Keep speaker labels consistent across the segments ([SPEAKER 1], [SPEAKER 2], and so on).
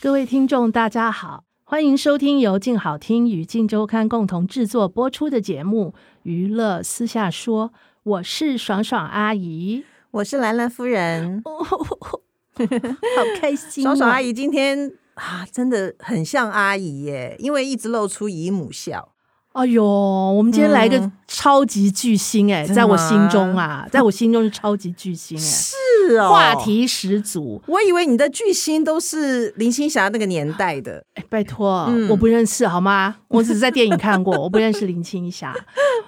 [SPEAKER 1] 各位听众，大家好，欢迎收听由静好听与静周刊共同制作播出的节目《娱乐私下说》，我是爽爽阿姨，
[SPEAKER 2] 我是兰兰夫 人，
[SPEAKER 1] 好开心、
[SPEAKER 2] 爽爽阿
[SPEAKER 1] 姨。
[SPEAKER 2] 姨今天啊，真的很像阿姨耶，因为一直露出姨母笑。
[SPEAKER 1] 哎呦，我们今天来一个
[SPEAKER 2] 嗯
[SPEAKER 1] 超级巨星哎、
[SPEAKER 2] 真的
[SPEAKER 1] 在我
[SPEAKER 2] 吗
[SPEAKER 1] 心中啊， 在我心中是超级巨星哎、
[SPEAKER 2] 是哦，
[SPEAKER 1] 话。题十足。
[SPEAKER 2] 我以为你的巨星都是林青霞那个年代的，
[SPEAKER 1] 哎，拜托，
[SPEAKER 2] 嗯
[SPEAKER 1] 我不认识好吗？我只是在电影看 过，我不认识林青霞。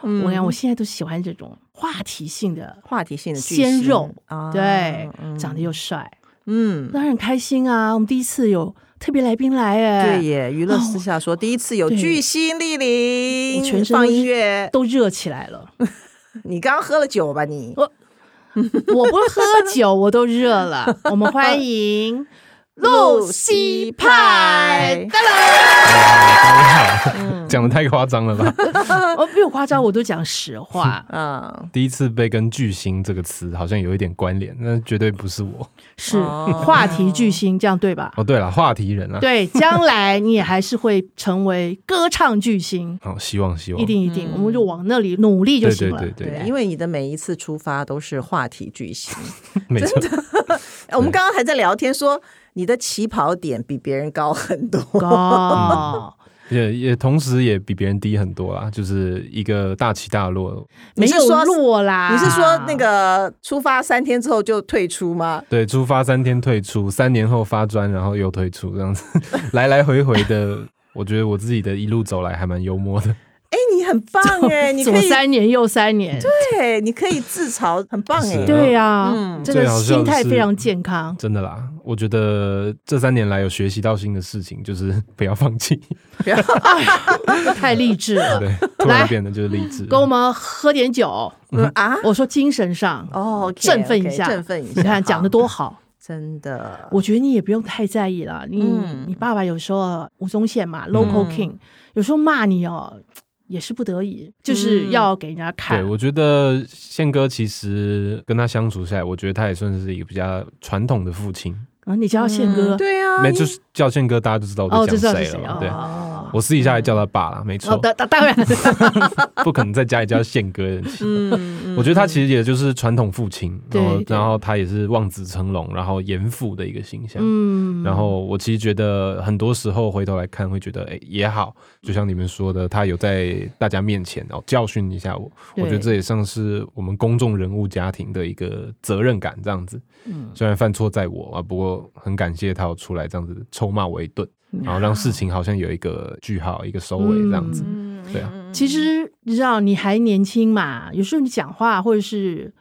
[SPEAKER 2] 嗯
[SPEAKER 1] 我跟你讲，我现在都喜欢这种话题性的
[SPEAKER 2] 话题性的巨星
[SPEAKER 1] 鲜肉，
[SPEAKER 2] 啊
[SPEAKER 1] 对，
[SPEAKER 2] 嗯
[SPEAKER 1] 长得又帅，
[SPEAKER 2] 嗯，
[SPEAKER 1] 当然很开心啊！我们第一次有特别来宾来，哎，
[SPEAKER 2] 对耶。娱乐私下说，第一次有
[SPEAKER 1] 对
[SPEAKER 2] 巨星莅临，
[SPEAKER 1] 我全身都
[SPEAKER 2] 放
[SPEAKER 1] 是
[SPEAKER 2] 音乐。
[SPEAKER 1] 都热起来了。
[SPEAKER 2] 你刚刚喝了酒吧你？
[SPEAKER 1] 我不喝酒，我都热 了。我们欢迎露西派，
[SPEAKER 2] 但。
[SPEAKER 1] 嗯
[SPEAKER 3] 讲的太夸张了吧？
[SPEAKER 1] 我没有哦夸张，我都讲实话
[SPEAKER 2] 嗯，
[SPEAKER 3] 第一次被跟巨星这个词好像有一点关联，那绝对不是我。
[SPEAKER 1] 是
[SPEAKER 2] 哦嗯
[SPEAKER 1] 话题巨星，这样对吧？
[SPEAKER 3] 哦，对了，话题人啊，
[SPEAKER 1] 对，将来你也还是会成为歌唱巨星，
[SPEAKER 3] 好、希望希望
[SPEAKER 1] 一定一定，
[SPEAKER 2] 嗯
[SPEAKER 1] 我们就往那里努力就行了。
[SPEAKER 3] 对对对
[SPEAKER 2] 对，因为你的每一次出发都是话题巨星。
[SPEAKER 3] 没错，
[SPEAKER 2] 哎我们刚刚还在聊天说，你的起跑点比别人高很多。
[SPEAKER 1] 哦，
[SPEAKER 3] 也也同时也比别人低很多啦，就是一个大起大落。
[SPEAKER 1] 没
[SPEAKER 2] 你是
[SPEAKER 1] 有
[SPEAKER 2] 说
[SPEAKER 1] 落啦。
[SPEAKER 2] 你是说那个出发三天之后就退出吗？
[SPEAKER 3] 对，出发三天退出，三年后发专，然后又退出，这 样子来来回回的。我觉得我自己的一路走来还蛮幽默的，
[SPEAKER 2] 哎，你很棒哎，你可
[SPEAKER 1] 左
[SPEAKER 2] 以
[SPEAKER 1] 三年右三年？
[SPEAKER 2] 对，你可以自嘲，很棒哎。
[SPEAKER 3] 是
[SPEAKER 1] 对呀、
[SPEAKER 2] 嗯
[SPEAKER 1] 真的
[SPEAKER 3] 最好笑
[SPEAKER 1] 心
[SPEAKER 3] 的
[SPEAKER 1] 态
[SPEAKER 3] 是
[SPEAKER 1] 非常健康。
[SPEAKER 3] 真的啦。我觉得这三年来有学习到新的事情，就是不要放弃。
[SPEAKER 1] 太励志 了。
[SPEAKER 3] 对，突
[SPEAKER 1] 来
[SPEAKER 3] 然变得就是励志。
[SPEAKER 1] 跟我们喝点酒，
[SPEAKER 2] 嗯啊，
[SPEAKER 1] 我说精神上，
[SPEAKER 2] 哦，OK，OK，
[SPEAKER 1] 振奋一下
[SPEAKER 2] 振奋一下。
[SPEAKER 1] 你看讲的
[SPEAKER 2] 好，
[SPEAKER 1] 多好。
[SPEAKER 2] 真的，
[SPEAKER 1] 我觉得你也不用太在意了。你、
[SPEAKER 2] 嗯
[SPEAKER 1] 你爸爸有时候吴宗宪嘛，local
[SPEAKER 3] 嗯
[SPEAKER 1] king，、有时候骂你哦，也是不得已，就是要给人家看。
[SPEAKER 3] 嗯对，我觉得宪哥其实跟他相处下来，我觉得他也算是一个比较传统的父亲。
[SPEAKER 1] 啊，你叫宪哥，
[SPEAKER 2] 对啊，
[SPEAKER 3] 没，
[SPEAKER 2] 你
[SPEAKER 3] 就是叫宪哥，大家就知道
[SPEAKER 1] 哦，
[SPEAKER 3] 嗯我
[SPEAKER 1] 这
[SPEAKER 3] 在
[SPEAKER 1] 知道
[SPEAKER 3] 讲
[SPEAKER 1] 是
[SPEAKER 3] 谁
[SPEAKER 1] 谁
[SPEAKER 3] 了嘛。
[SPEAKER 1] 哦。
[SPEAKER 3] 对，
[SPEAKER 1] 哦
[SPEAKER 3] 我私底下也叫他爸啦，没错
[SPEAKER 1] 哦，，当当当然，
[SPEAKER 3] 不可能在家里叫他宪哥的。
[SPEAKER 2] 嗯
[SPEAKER 3] 我觉得他其实也就是传统父亲，然后
[SPEAKER 1] 对对
[SPEAKER 3] 然后他也是望子成龙，然后严父的一个形象。
[SPEAKER 1] 嗯，
[SPEAKER 3] 然后我其实觉得很多时候回头来看，会觉得哎也好，就像你们说的，他有在大家面前哦教训一下我，
[SPEAKER 1] 对
[SPEAKER 3] 我觉得这也像是我们公众人物家庭的一个责任感这样子。
[SPEAKER 1] 嗯
[SPEAKER 3] 虽然犯错在我啊，不过很感谢他有出来这样子臭骂我一 顿，
[SPEAKER 1] 嗯
[SPEAKER 3] 然后让
[SPEAKER 1] 啊
[SPEAKER 3] 事情好像有一个句号、一个收尾这样子。
[SPEAKER 2] 嗯
[SPEAKER 3] 对啊，
[SPEAKER 1] 其实你知道你还年轻嘛，有时候你讲话或者是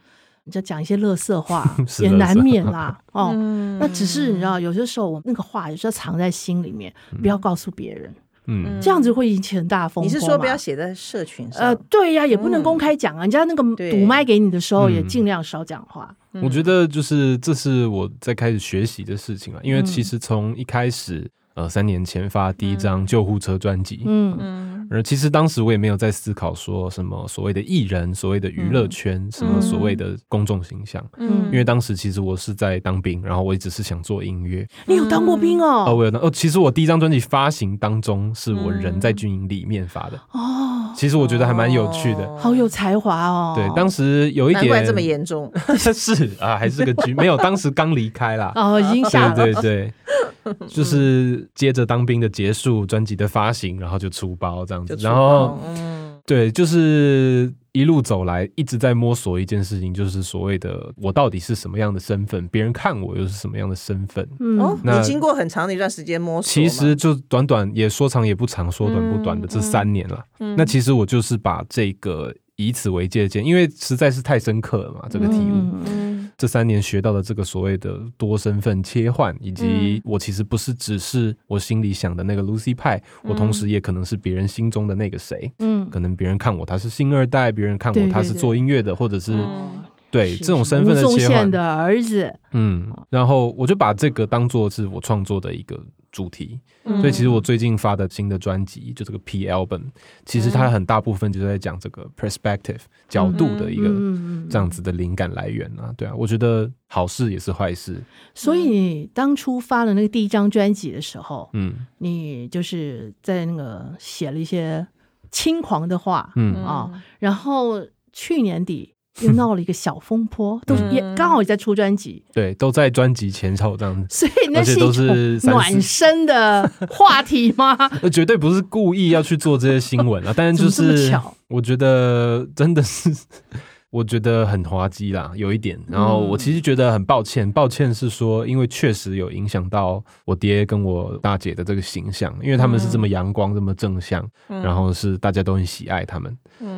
[SPEAKER 1] 你在讲一些乐色话
[SPEAKER 3] 是
[SPEAKER 1] 也
[SPEAKER 3] 垃圾
[SPEAKER 1] 难免 啦，哦。
[SPEAKER 2] 嗯
[SPEAKER 1] 那只是你知道，有些时候我们那个话有时候藏在心里面，不要告诉别人，
[SPEAKER 3] 嗯，
[SPEAKER 1] 这样子会引起很大的风波
[SPEAKER 2] 嗯你
[SPEAKER 1] 嘛。
[SPEAKER 2] 是说不要写在社群上？
[SPEAKER 1] 呃，对呀、也不能公开讲啊。人家那个
[SPEAKER 2] 对
[SPEAKER 1] 堵麦给你的时候，
[SPEAKER 3] 嗯
[SPEAKER 1] 也尽量少讲话。
[SPEAKER 3] 我觉得就是这是我在开始学习的事情了，因为
[SPEAKER 1] 嗯
[SPEAKER 3] 其实从一开始。呃，三年前发第一张救护车专辑，
[SPEAKER 1] 嗯
[SPEAKER 3] 而其实当时我也没有在思考说什么所谓的艺人、所谓的娱乐圈、什么所谓的公众形象，
[SPEAKER 1] 嗯
[SPEAKER 3] 因为当时其实我是在当兵，然后我一直是想做音乐。
[SPEAKER 1] 你有当过兵哦？
[SPEAKER 3] 哦，我有当哦，其实我第一张专辑发行当中是我人在军营里面发的，
[SPEAKER 1] 哦，
[SPEAKER 3] 其实我觉得还蛮有趣的。
[SPEAKER 1] 好有才华哦。
[SPEAKER 3] 对，当时有一
[SPEAKER 2] 难怪
[SPEAKER 3] 点
[SPEAKER 2] 这么严重。
[SPEAKER 3] 是啊，还是个局，没有，当时刚离开啦。
[SPEAKER 1] 哦，已经下了。
[SPEAKER 3] 对对对，就是接着当兵的结束，专辑的发行，然后就出包这样子
[SPEAKER 2] 就，出
[SPEAKER 3] 然后
[SPEAKER 2] 包嗯
[SPEAKER 3] 对，就是一路走来一直在摸索一件事情，就是所谓的我到底是什么样的身份，别人看我又是什么样的身份。
[SPEAKER 2] 哦
[SPEAKER 1] 嗯，，
[SPEAKER 3] 那
[SPEAKER 2] 你经过很长的一段时间摸索嘛，
[SPEAKER 3] 其实就短短也说长也不长，说短不短
[SPEAKER 1] 嗯
[SPEAKER 3] 的这三年了。那其实我就是把这个以此为借鉴，因为实在是太深刻了嘛，这个体悟。
[SPEAKER 1] 嗯
[SPEAKER 2] 嗯
[SPEAKER 3] 这三年学到的这个所谓的多身份切换，以
[SPEAKER 1] 嗯
[SPEAKER 3] 及我其实不是只是我心里想的那个 Lucy 派，
[SPEAKER 1] 嗯
[SPEAKER 3] 我同时也可能是别人心中的那个谁。
[SPEAKER 1] 嗯，
[SPEAKER 3] 可能别人看我他是星二代，别人看我
[SPEAKER 1] 对
[SPEAKER 3] 他
[SPEAKER 1] 对
[SPEAKER 3] 是
[SPEAKER 1] 对
[SPEAKER 3] 做音乐的，或者是
[SPEAKER 1] 嗯
[SPEAKER 3] 对
[SPEAKER 1] 是
[SPEAKER 3] 这种
[SPEAKER 1] 是
[SPEAKER 3] 身份的
[SPEAKER 1] 吴宗
[SPEAKER 3] 切换
[SPEAKER 1] 宪，的儿子，
[SPEAKER 3] 嗯，然后我就把这个当做是我创作的一个主题，
[SPEAKER 4] 嗯
[SPEAKER 5] 嗯
[SPEAKER 3] 所以其实我最近发的新的专辑就这个 P album，其实它很大部分就是在讲这个 perspective 角度的一个
[SPEAKER 1] 嗯，
[SPEAKER 3] 这样子的灵感来源啊，对啊，我觉得好事也是坏事，
[SPEAKER 1] 所以你当初发了那个第一张专辑的时候，
[SPEAKER 3] 嗯
[SPEAKER 1] 你就是在那个写了一些轻狂的话，
[SPEAKER 3] 嗯
[SPEAKER 1] 啊然后去年底又闹了一个小风波，都
[SPEAKER 3] 嗯
[SPEAKER 1] 也刚好也在出专辑，
[SPEAKER 3] 对，都在专辑前后这样
[SPEAKER 1] 所
[SPEAKER 3] 子，
[SPEAKER 1] 以那
[SPEAKER 3] 而且
[SPEAKER 1] 是
[SPEAKER 3] 都
[SPEAKER 1] 一
[SPEAKER 3] 是
[SPEAKER 1] 种
[SPEAKER 3] 三
[SPEAKER 1] 暖
[SPEAKER 3] 四
[SPEAKER 1] 身的话题 吗？
[SPEAKER 3] 呃绝对不是故意要去做这些新闻 啊，但是就
[SPEAKER 1] 怎么这么
[SPEAKER 3] 是
[SPEAKER 1] 巧
[SPEAKER 3] 我觉得真的是。我觉得很滑稽啦， 有一点。然后我其实觉得很抱歉，
[SPEAKER 1] 嗯
[SPEAKER 3] 抱歉是说，因为确实有影响到我爹跟我大姐的这个形象，因为他们是这么阳光、这么正向，
[SPEAKER 1] 嗯
[SPEAKER 3] 然后是大家都很喜爱他们。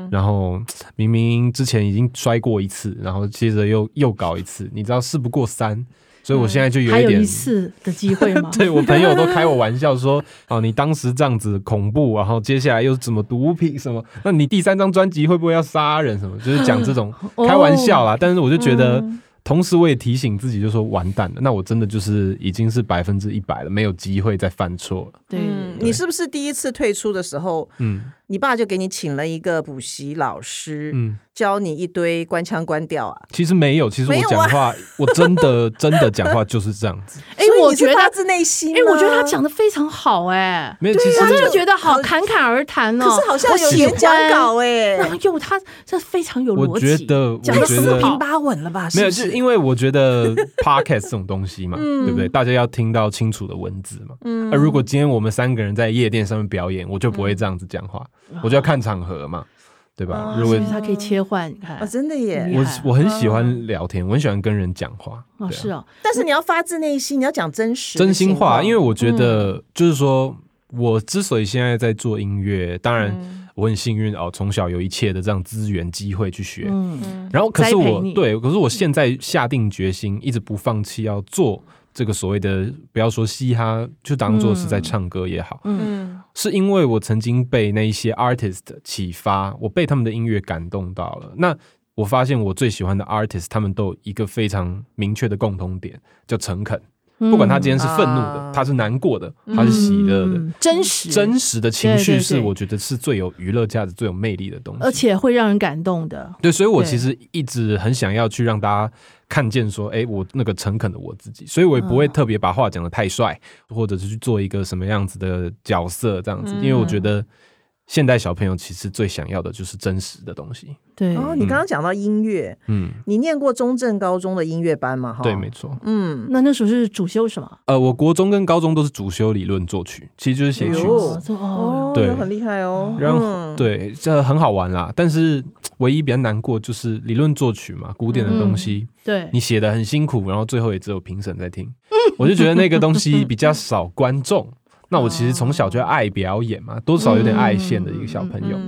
[SPEAKER 3] 然后呃明明之前已经摔过一次，然后接着又又搞一次，你知道事不过三，所以我现在就有
[SPEAKER 1] 还
[SPEAKER 3] 一
[SPEAKER 1] 有
[SPEAKER 3] 点？
[SPEAKER 1] 一次的机会吗
[SPEAKER 3] 对我朋友都开我玩笑说， 哦，你当时这样子恐怖，然后接下来又怎么毒品什么，那你第三张专辑会不会要杀人什么？就是讲这种
[SPEAKER 1] 哦嗯
[SPEAKER 3] 开玩笑啦。但是我就觉得，同时我也提醒自己，就说完蛋了，那我真的就是已经是百分之一百了，没有机会再犯错了。
[SPEAKER 1] 对，
[SPEAKER 2] 嗯，你是不是第一次退出的时候，
[SPEAKER 3] 嗯
[SPEAKER 2] 你爸就给你请了一个补习老师，
[SPEAKER 3] 嗯，
[SPEAKER 2] 教你一堆官腔官调啊？
[SPEAKER 3] 其实没有，其实我
[SPEAKER 2] 没有啊
[SPEAKER 3] 讲话，我真的真的讲话就是这样子，
[SPEAKER 1] 哎
[SPEAKER 2] 所以，你
[SPEAKER 1] 我
[SPEAKER 2] 是
[SPEAKER 1] 觉得
[SPEAKER 2] 发自内心
[SPEAKER 1] 哎
[SPEAKER 2] 吗，，
[SPEAKER 1] 我觉得他讲的非常好，哎，
[SPEAKER 3] 没有，其实
[SPEAKER 1] 我真的
[SPEAKER 2] 就
[SPEAKER 1] 觉得好
[SPEAKER 2] 很
[SPEAKER 1] 侃侃而谈哦。
[SPEAKER 2] 可是好像有演讲稿哎、
[SPEAKER 1] 然后又他这非常有逻
[SPEAKER 3] 我
[SPEAKER 1] 辑，
[SPEAKER 3] 觉得，我
[SPEAKER 2] 讲
[SPEAKER 1] 得
[SPEAKER 2] 的
[SPEAKER 3] 觉
[SPEAKER 2] 四
[SPEAKER 3] 得
[SPEAKER 2] 平八稳了吧？
[SPEAKER 3] 没有，
[SPEAKER 2] 是
[SPEAKER 3] 就
[SPEAKER 2] 不是
[SPEAKER 3] 因为我觉得 podcast 这种东西嘛，对不对？大家要听到清楚的文字嘛。嗯，那如果今天我们三个人在夜店上面表演，我就不会这样子讲话，我就要看场合嘛，对吧？如
[SPEAKER 1] 所
[SPEAKER 3] 果
[SPEAKER 1] 以他可以切换，你看
[SPEAKER 2] 哦，真的耶。
[SPEAKER 1] 厉
[SPEAKER 3] 我
[SPEAKER 1] 害
[SPEAKER 3] 我很喜欢聊天，我很喜欢跟人讲话，
[SPEAKER 1] 哦，
[SPEAKER 3] 对啊
[SPEAKER 1] 是哦，
[SPEAKER 2] 但是你要发自内心，你要讲真实的
[SPEAKER 3] 真心话，因为我觉
[SPEAKER 2] 嗯
[SPEAKER 3] 得就是说。我之所以现在在做音乐，当然
[SPEAKER 2] 嗯
[SPEAKER 3] 我很幸运哦，从小有一切的这样资源机会去学，
[SPEAKER 1] 嗯，
[SPEAKER 3] 然后可
[SPEAKER 1] 栽
[SPEAKER 3] 是
[SPEAKER 1] 培
[SPEAKER 3] 我
[SPEAKER 1] 你
[SPEAKER 3] 对，可是我现在下定决心，一直不放弃要做这个所谓的，不要说嘻哈，就当做是在唱歌也好，
[SPEAKER 2] 嗯
[SPEAKER 3] 是因为我曾经被那一些 artist 启发，我被他们的音乐感动到了。那我发现我最喜欢的 artist，他们都有一个非常明确的共同点，叫诚恳。
[SPEAKER 1] 嗯
[SPEAKER 3] 不管他今天是愤怒的
[SPEAKER 2] 啊，
[SPEAKER 3] 他是难过的，他是喜乐的，
[SPEAKER 1] 嗯真实
[SPEAKER 3] 真实的情
[SPEAKER 1] 对对
[SPEAKER 3] 绪
[SPEAKER 1] 对
[SPEAKER 3] 是我觉得是最有娱乐价值、最有魅力的东西。
[SPEAKER 1] 而且会让人感动的。
[SPEAKER 3] 对，所以我
[SPEAKER 1] 对
[SPEAKER 3] 其实一直很想要去让大家看见说，哎，我那个诚恳的我自己，所以我也不会特别把话讲的太帅，或者是去做一个什么样子的角色这样子，因为我觉得现代小朋友其实最想要的就是真实的东西。
[SPEAKER 1] 对，
[SPEAKER 2] 哦，你刚刚讲到音乐，
[SPEAKER 3] 嗯，
[SPEAKER 2] 你念过中正高中的音乐班吗？哈，
[SPEAKER 3] 对，没错。
[SPEAKER 2] 嗯，
[SPEAKER 1] 那那时候是主修什么？
[SPEAKER 3] 呃，我国中跟高中都是主修理论作曲，其实就是写曲
[SPEAKER 2] 哎呦
[SPEAKER 3] 子。
[SPEAKER 1] 哦这哦，
[SPEAKER 2] 哦，
[SPEAKER 3] 对
[SPEAKER 2] 那很厉害哦。
[SPEAKER 3] 然后
[SPEAKER 2] 嗯，
[SPEAKER 3] 对，这很好玩啦。但是唯一比较难过就是理论作曲嘛，古典的东西，
[SPEAKER 1] 对，
[SPEAKER 3] 你写的很辛苦，然后最后也只有评审在听， 我就觉得那个东西比较少观众。那我其实从小就爱表演嘛，多少有
[SPEAKER 1] 嗯
[SPEAKER 3] 点爱现的一个小朋友，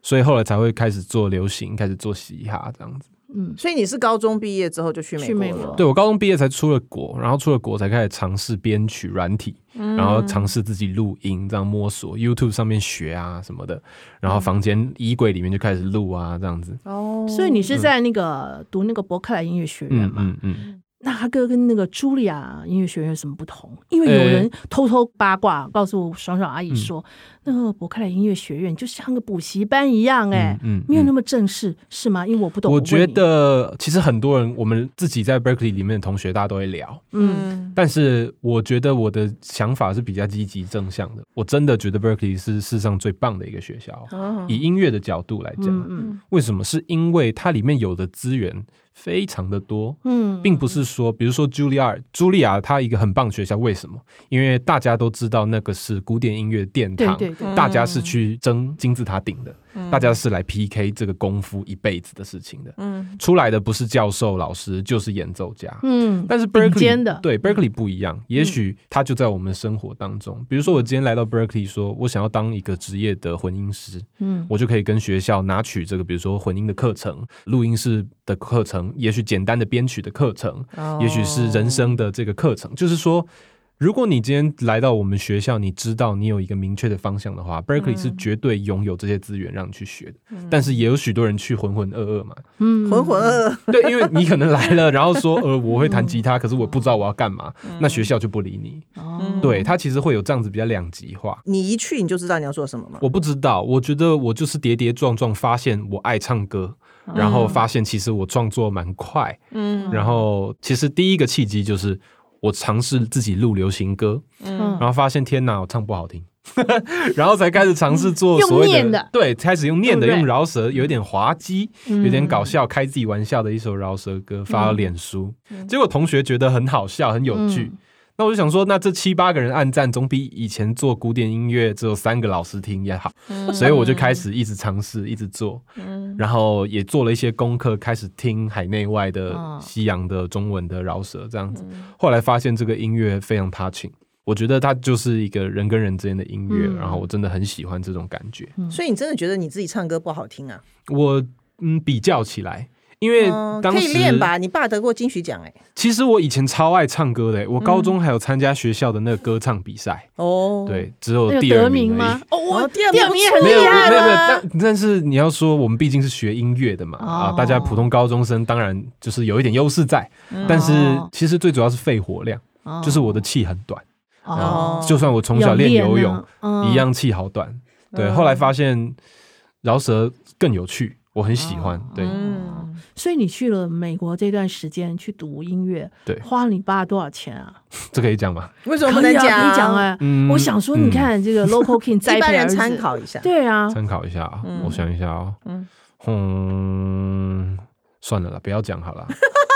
[SPEAKER 3] 所以后来才会开始做流行，开始做嘻哈这样子。
[SPEAKER 1] 嗯，
[SPEAKER 2] 所以你是高中毕业之后就去美
[SPEAKER 1] 去
[SPEAKER 2] 国
[SPEAKER 1] 美
[SPEAKER 2] 了
[SPEAKER 1] 国
[SPEAKER 3] 对我高中毕业才出了国，然后出了国才开始尝试编曲软体，然后尝试自己录音，这样摸索 YouTube 上面学啊什么的，然后房间衣柜里面就开始录啊这样子。
[SPEAKER 2] 哦，
[SPEAKER 1] 所以你是在那个读那个伯克莱音乐学院
[SPEAKER 3] 嗯
[SPEAKER 1] 嘛？
[SPEAKER 3] 嗯嗯，
[SPEAKER 1] 那他哥跟那个茱莉亚音乐学院有什么不同？因为有人
[SPEAKER 3] 哎
[SPEAKER 1] 偷偷八卦告诉爽爽阿姨说，
[SPEAKER 3] 嗯
[SPEAKER 1] 那个伯克莱音乐学院就像个补习班一样、哎、
[SPEAKER 3] 嗯嗯嗯
[SPEAKER 1] 没有那么正式，是吗？因为我不懂。
[SPEAKER 3] 我
[SPEAKER 1] 问
[SPEAKER 3] 觉
[SPEAKER 1] 你，
[SPEAKER 3] 得其实很多人，我们自己在 Berkeley 里面的同学，大家都会聊。
[SPEAKER 1] 嗯，
[SPEAKER 3] 但是我觉得我的想法是比较积极正向的。我真的觉得 Berkeley 是世上最棒的一个学校，嗯
[SPEAKER 2] 嗯
[SPEAKER 3] 以音乐的角度来讲，
[SPEAKER 1] 哦嗯
[SPEAKER 3] 为什么？是因为它里面有的资源非常的多，
[SPEAKER 1] 嗯
[SPEAKER 3] 并不是说，比如说茱莉亚，茱莉亚它一个很棒的学校，为什么？因为大家都知道那个是古典音乐殿堂，
[SPEAKER 1] 对对对嗯
[SPEAKER 3] 大家是去争金字塔顶的，大家是来 PK 这个功夫一辈子的事情的。
[SPEAKER 2] 嗯
[SPEAKER 3] 出来的不是教授、老师，就是演奏家。
[SPEAKER 1] 嗯，
[SPEAKER 3] 但是
[SPEAKER 1] 顶
[SPEAKER 3] Berkeley
[SPEAKER 1] 尖的嗯
[SPEAKER 3] 对 Berkeley 不一样，也许它就在我们的生活当中。比如说，我今天来到 Berkeley，说我想要当一个职业的混音师，
[SPEAKER 1] 嗯
[SPEAKER 3] 我就可以跟学校拿取这个，比如说混音的课程、录音室的课程，也许简单的编曲的课程，
[SPEAKER 2] 哦
[SPEAKER 3] 也许是人生的这个课程。就是说，如果你今天来到我们学校，你知道你有一个明确的方向的话，Berkeley
[SPEAKER 1] 嗯
[SPEAKER 3] 是绝对拥有这些资源让你去学的。但是也有许多人去浑浑噩噩嘛，
[SPEAKER 1] 嗯
[SPEAKER 2] 浑浑噩噩，
[SPEAKER 3] 对，因为你可能来了，然后说呃我会弹吉他，可是我不知道我要干嘛，
[SPEAKER 1] 嗯
[SPEAKER 3] 那学校就不理你。
[SPEAKER 1] 哦
[SPEAKER 3] 对，它其实会有这样子比较两极化。
[SPEAKER 2] 你一去你就知道你要做什么嘛。
[SPEAKER 3] 我不知道，我觉得我就是跌跌撞撞，发现我爱唱歌，
[SPEAKER 1] 嗯
[SPEAKER 3] 然后发现其实我创作蛮快，
[SPEAKER 2] 嗯
[SPEAKER 3] 然后其实第一个契机就是我尝试自己录流行歌，
[SPEAKER 1] 嗯
[SPEAKER 3] 然后发现天哪，我唱不好听。 然后才开始尝试做
[SPEAKER 1] 用
[SPEAKER 3] 所谓
[SPEAKER 1] 念
[SPEAKER 3] 的
[SPEAKER 1] 的
[SPEAKER 3] 对，开始用念的，
[SPEAKER 1] 对不对
[SPEAKER 3] 用饶舌，有一点滑稽，
[SPEAKER 1] 嗯
[SPEAKER 3] 有点搞笑，开自己玩笑的一首饶舌歌发到脸书，
[SPEAKER 1] 嗯
[SPEAKER 3] 结果同学觉得很好笑，很有趣。那我就想说，那这七八个人按赞，总比以前做古典音乐只有三个老师听也好。
[SPEAKER 1] 嗯
[SPEAKER 3] 所以我就开始一直尝试，一直做，然后也做了一些功课，开始听海内外的
[SPEAKER 1] 嗯
[SPEAKER 3] 西洋的中文的饶舌这样子。后来发现这个音乐非常 touching，我觉得它就是一个人跟人之间的音乐，
[SPEAKER 1] 嗯
[SPEAKER 3] 然后我真的很喜欢这种感觉。
[SPEAKER 2] 所以你真的觉得你自己唱歌不好听啊？
[SPEAKER 3] 我嗯，比较起来，因为
[SPEAKER 2] 嗯
[SPEAKER 3] 当
[SPEAKER 2] 可以
[SPEAKER 3] 时、
[SPEAKER 2] 练吧，你爸得过金曲奖哎。
[SPEAKER 3] 其实我以前超爱唱歌的，我高中还有参加学校的那个歌唱比赛，
[SPEAKER 2] 哦，
[SPEAKER 3] 对，只有
[SPEAKER 1] 有
[SPEAKER 3] 第二
[SPEAKER 1] 得名
[SPEAKER 3] 而已
[SPEAKER 1] 吗？？哦，
[SPEAKER 2] 哦，
[SPEAKER 1] 我
[SPEAKER 2] 第二
[SPEAKER 1] 第
[SPEAKER 2] 名
[SPEAKER 1] 二名也很
[SPEAKER 2] 不
[SPEAKER 3] 没有，
[SPEAKER 1] 厉
[SPEAKER 3] 没有，
[SPEAKER 1] 害
[SPEAKER 3] 没有，
[SPEAKER 1] 啦。
[SPEAKER 3] 但但是你要说，我们毕竟是学音乐的嘛，啊
[SPEAKER 1] 哦，
[SPEAKER 3] 大家普通高中生当然就是有一点优势在，但是
[SPEAKER 1] 哦
[SPEAKER 3] 其实最主要是肺活量，
[SPEAKER 1] 哦
[SPEAKER 3] 就是我的气很短，啊
[SPEAKER 1] 哦，
[SPEAKER 3] 就算我从小练游
[SPEAKER 1] 有
[SPEAKER 3] 泳
[SPEAKER 1] 啊，嗯
[SPEAKER 3] 一样气好短。对，后来发现饶舌更有趣，我很喜欢。对，
[SPEAKER 2] 嗯，
[SPEAKER 1] 所以你去了美国这段时间去读音乐，
[SPEAKER 3] 对
[SPEAKER 1] 花了你爸多少钱啊？
[SPEAKER 3] 这可以讲吗？
[SPEAKER 2] 为什么不
[SPEAKER 1] 可
[SPEAKER 2] 能
[SPEAKER 1] 以啊
[SPEAKER 2] 讲？
[SPEAKER 1] 可以讲哎，
[SPEAKER 3] 嗯
[SPEAKER 1] 我想说，你看这个 local king 栽
[SPEAKER 2] 一般
[SPEAKER 1] 培儿
[SPEAKER 2] 人
[SPEAKER 1] 子
[SPEAKER 2] 参，考一下。
[SPEAKER 1] 对啊，
[SPEAKER 3] 参考一下啊，我想一下哦。
[SPEAKER 2] 嗯
[SPEAKER 3] 嗯，算了啦，不要讲好 了。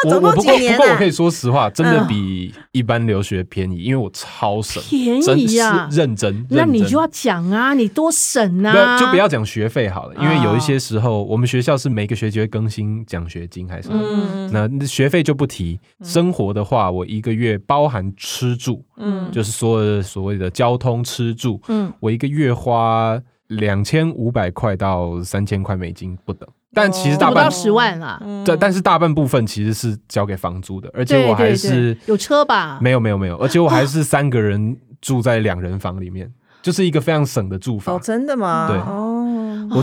[SPEAKER 3] 我
[SPEAKER 2] 总
[SPEAKER 3] 我
[SPEAKER 2] 共
[SPEAKER 3] 不
[SPEAKER 2] 几
[SPEAKER 3] 过不
[SPEAKER 2] 年
[SPEAKER 3] 过
[SPEAKER 2] 啊
[SPEAKER 3] 我可以说实话，真的
[SPEAKER 1] 嗯
[SPEAKER 3] 比一般留学便宜，因为我超省，
[SPEAKER 1] 便
[SPEAKER 3] 真
[SPEAKER 1] 宜
[SPEAKER 3] 是
[SPEAKER 1] 呀。
[SPEAKER 3] 认真。
[SPEAKER 1] 那
[SPEAKER 3] 认
[SPEAKER 1] 你
[SPEAKER 3] 真
[SPEAKER 1] 就要讲啊，你多省
[SPEAKER 3] 不要
[SPEAKER 1] 啊，
[SPEAKER 3] 就不要讲学费好了，因为有一
[SPEAKER 1] 哦
[SPEAKER 3] 些时候我们学校是每个学期会更新奖学金还是什么。
[SPEAKER 2] 嗯
[SPEAKER 3] 那那学费就不提，
[SPEAKER 1] 嗯
[SPEAKER 3] 生活的话，我一个月包含吃住，
[SPEAKER 2] 嗯
[SPEAKER 3] 就是所有的所谓的交通、吃住，
[SPEAKER 1] 嗯
[SPEAKER 3] 我一个月花两千五百块到三千块美金不等。但其实大
[SPEAKER 1] 哦不
[SPEAKER 3] 半
[SPEAKER 1] 到十万啊啦。
[SPEAKER 2] 嗯
[SPEAKER 3] 对，但是大半部分其实是交给房租的，而且
[SPEAKER 1] 对
[SPEAKER 3] 我还
[SPEAKER 1] 对啊
[SPEAKER 3] 是
[SPEAKER 1] 对，有车吧？
[SPEAKER 3] 没有没有没有，而且我还是三个人住在两人房里面，就是一个非常省的住
[SPEAKER 2] 哦，
[SPEAKER 3] 法。
[SPEAKER 2] 真的吗？
[SPEAKER 3] 对
[SPEAKER 2] 哦，
[SPEAKER 3] 我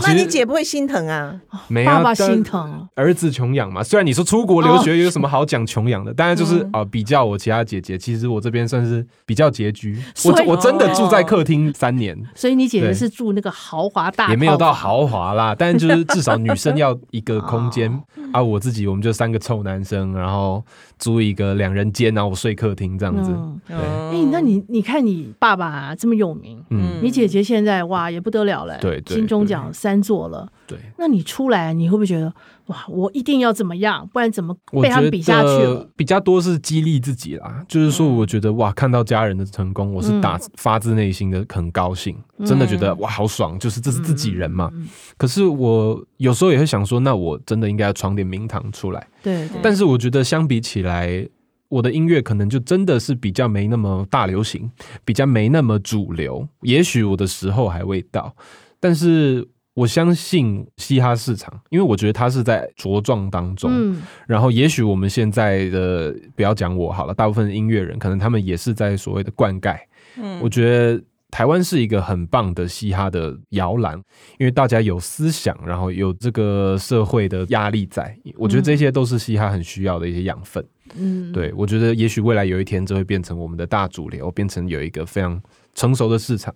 [SPEAKER 2] 那
[SPEAKER 3] 其实
[SPEAKER 2] 你姐不会心疼啊？
[SPEAKER 3] 没啊
[SPEAKER 1] 爸爸
[SPEAKER 3] 但
[SPEAKER 1] 心疼。哦
[SPEAKER 3] 儿子穷养嘛，虽然你说出国留学有什么好讲穷养的，当然就是
[SPEAKER 1] 嗯
[SPEAKER 3] 啊、呃比较我其他姐姐，其实我这边算是比较拮据。我
[SPEAKER 1] 所以哦
[SPEAKER 3] 我真的住在客厅三年，
[SPEAKER 1] 所以你姐姐
[SPEAKER 3] 对
[SPEAKER 1] 是住那个豪华大，
[SPEAKER 3] 也没有到。豪华啦， 但就是至 少女生要一个空间
[SPEAKER 1] 哦
[SPEAKER 3] 啊。我自己我们就三个臭男生，然后租一个两人间，然后我睡客厅这样子。
[SPEAKER 1] 嗯，
[SPEAKER 3] 对，
[SPEAKER 1] 哎、
[SPEAKER 2] 哎
[SPEAKER 1] 那你你看你爸爸、这么有名，
[SPEAKER 3] 嗯，
[SPEAKER 1] 你姐姐现在哇也不得了了，
[SPEAKER 3] 对对
[SPEAKER 1] 金钟奖三座了。
[SPEAKER 3] 对。
[SPEAKER 1] 那你出来，你会不会觉得哇，我一定要怎么样，不然怎么
[SPEAKER 3] 我
[SPEAKER 1] 被
[SPEAKER 3] 觉
[SPEAKER 1] 他
[SPEAKER 3] 得
[SPEAKER 1] 们比下去了？嗯
[SPEAKER 3] 比较多是激励自己啦，就是说，我觉得哇，看到家人的成功，我是打发自内心的很高兴，
[SPEAKER 1] 嗯
[SPEAKER 3] 真的觉得哇，好爽，就是这是自己人嘛。可是我有时候也会想说，那我真的应该要闯点名堂出来。
[SPEAKER 1] 对对，
[SPEAKER 3] 但是我觉得相比起来，我的音乐可能就真的是比较没那么大流行，比较没那么主流。也许我的时候还未到，但是我相信嘻哈市场，因为我觉得它是在茁壮当中。
[SPEAKER 1] 嗯，
[SPEAKER 3] 然后，也许我们现在的不要讲我好了，大部分的音乐人可能他们也是在所谓的灌溉。嗯，我觉得台湾是一个很棒的嘻哈的摇篮，因为大家有思想，然后有这个社会的压力在，我觉得这些都是嘻哈很需要的一些养分。
[SPEAKER 1] 嗯，
[SPEAKER 3] 对我觉得，也许未来有一天，这会变成我们的大主流，变成有一个非常成熟的市场。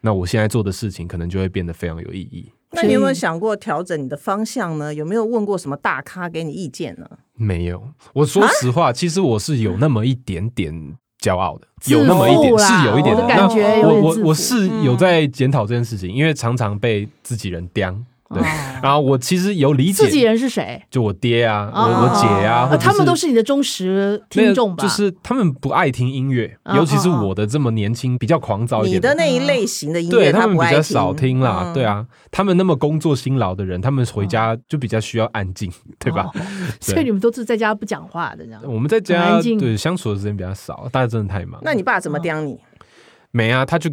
[SPEAKER 3] 那我现在做的事情，可能就会变得非常有意义。
[SPEAKER 2] 那你有没有想过调整你的方向呢？有没有问过什么大咖给你意见呢？
[SPEAKER 3] 没有，我
[SPEAKER 1] 啊
[SPEAKER 3] 说实话，其实我是有那么一点点骄傲的，有那么一
[SPEAKER 1] 自
[SPEAKER 3] 点
[SPEAKER 1] 负啦
[SPEAKER 3] 是有一点的
[SPEAKER 1] 我
[SPEAKER 3] 那
[SPEAKER 1] 感觉有
[SPEAKER 3] 我
[SPEAKER 1] 点
[SPEAKER 3] 我
[SPEAKER 1] 自负嗯
[SPEAKER 3] 我是有在检讨这件事情，因为常常被自己人刁，对，然后我其实有理
[SPEAKER 1] 哦自己
[SPEAKER 3] 解，
[SPEAKER 1] 人是谁？
[SPEAKER 3] 就我爹啊，我
[SPEAKER 1] 哦
[SPEAKER 3] 我姐啊，
[SPEAKER 2] 啊
[SPEAKER 3] 或
[SPEAKER 1] 啊，
[SPEAKER 3] 者
[SPEAKER 1] 他们都是你的忠实
[SPEAKER 3] 没有
[SPEAKER 1] 听众吧？
[SPEAKER 3] 就是他们不爱听音乐，
[SPEAKER 1] 哦
[SPEAKER 3] 尤其是
[SPEAKER 1] 哦哦
[SPEAKER 3] 我的这么年轻、比较狂躁一
[SPEAKER 2] 你
[SPEAKER 3] 点
[SPEAKER 2] 的那一类型的音乐，
[SPEAKER 3] 对他们
[SPEAKER 2] 不
[SPEAKER 3] 比
[SPEAKER 2] 爱
[SPEAKER 3] 较少听啦，
[SPEAKER 2] 嗯
[SPEAKER 3] 对啊，他们那么工作辛劳的人，他们回
[SPEAKER 1] 嗯
[SPEAKER 3] 家就比较需要安静，对嗯吧？
[SPEAKER 1] 哦？所以你们都是在家不讲话的这样。
[SPEAKER 3] 我们在
[SPEAKER 1] 很
[SPEAKER 3] 家
[SPEAKER 1] 安静
[SPEAKER 3] 对相处的时间比较少，大家真的太忙。
[SPEAKER 2] 那你爸怎么刁你？
[SPEAKER 3] 没啊，他就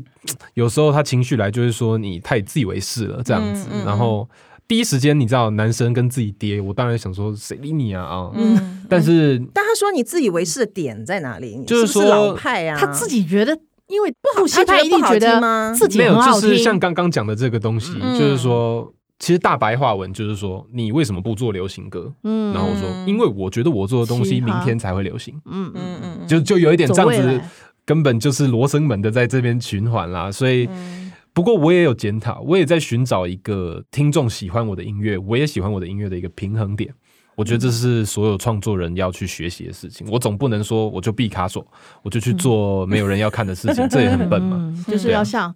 [SPEAKER 3] 有时候他情绪来就会说你太自以为是了这样子，
[SPEAKER 2] 嗯嗯嗯
[SPEAKER 3] 然后第一时间你知道男生跟自己爹，我当然想说谁理你啊啊！
[SPEAKER 2] 嗯，
[SPEAKER 3] 但是
[SPEAKER 2] 但他说你自以为是的点在哪里？你
[SPEAKER 3] 就是
[SPEAKER 2] 是不是
[SPEAKER 3] 说
[SPEAKER 2] 老派啊，
[SPEAKER 1] 他自己觉得，因为不
[SPEAKER 2] 他
[SPEAKER 1] 西
[SPEAKER 2] 觉
[SPEAKER 1] 他
[SPEAKER 2] 得
[SPEAKER 1] 一定
[SPEAKER 2] 不好
[SPEAKER 1] 觉
[SPEAKER 2] 听
[SPEAKER 1] 得
[SPEAKER 2] 吗
[SPEAKER 1] 自己
[SPEAKER 3] 没有
[SPEAKER 1] 很好
[SPEAKER 3] 就是
[SPEAKER 1] 听
[SPEAKER 3] 像。刚刚讲的这个东西，
[SPEAKER 2] 嗯
[SPEAKER 3] 就是说其实大白话文就是说你为什么不做流行歌？
[SPEAKER 1] 嗯
[SPEAKER 3] 然后我说
[SPEAKER 2] 嗯
[SPEAKER 3] 因为我觉得我做的东西
[SPEAKER 1] 嘻哈
[SPEAKER 3] 明天才会流行，
[SPEAKER 1] 嗯嗯，
[SPEAKER 2] 嗯嗯嗯，
[SPEAKER 3] 就就有一点
[SPEAKER 1] 走
[SPEAKER 3] 这样
[SPEAKER 1] 未
[SPEAKER 3] 子
[SPEAKER 1] 来，
[SPEAKER 3] 根本就是罗生门的在这边循环啦，所以。不过我也有检讨，我也在寻找一个听众喜欢我的音乐，我也喜欢我的音乐的一个平衡点。我觉得这是所有创作人要去学习的事情。我总不能说我就毕卡索，我就去做没有人要看的事情，这也很笨嘛。
[SPEAKER 1] 嗯，就是
[SPEAKER 3] 对啊
[SPEAKER 1] 要像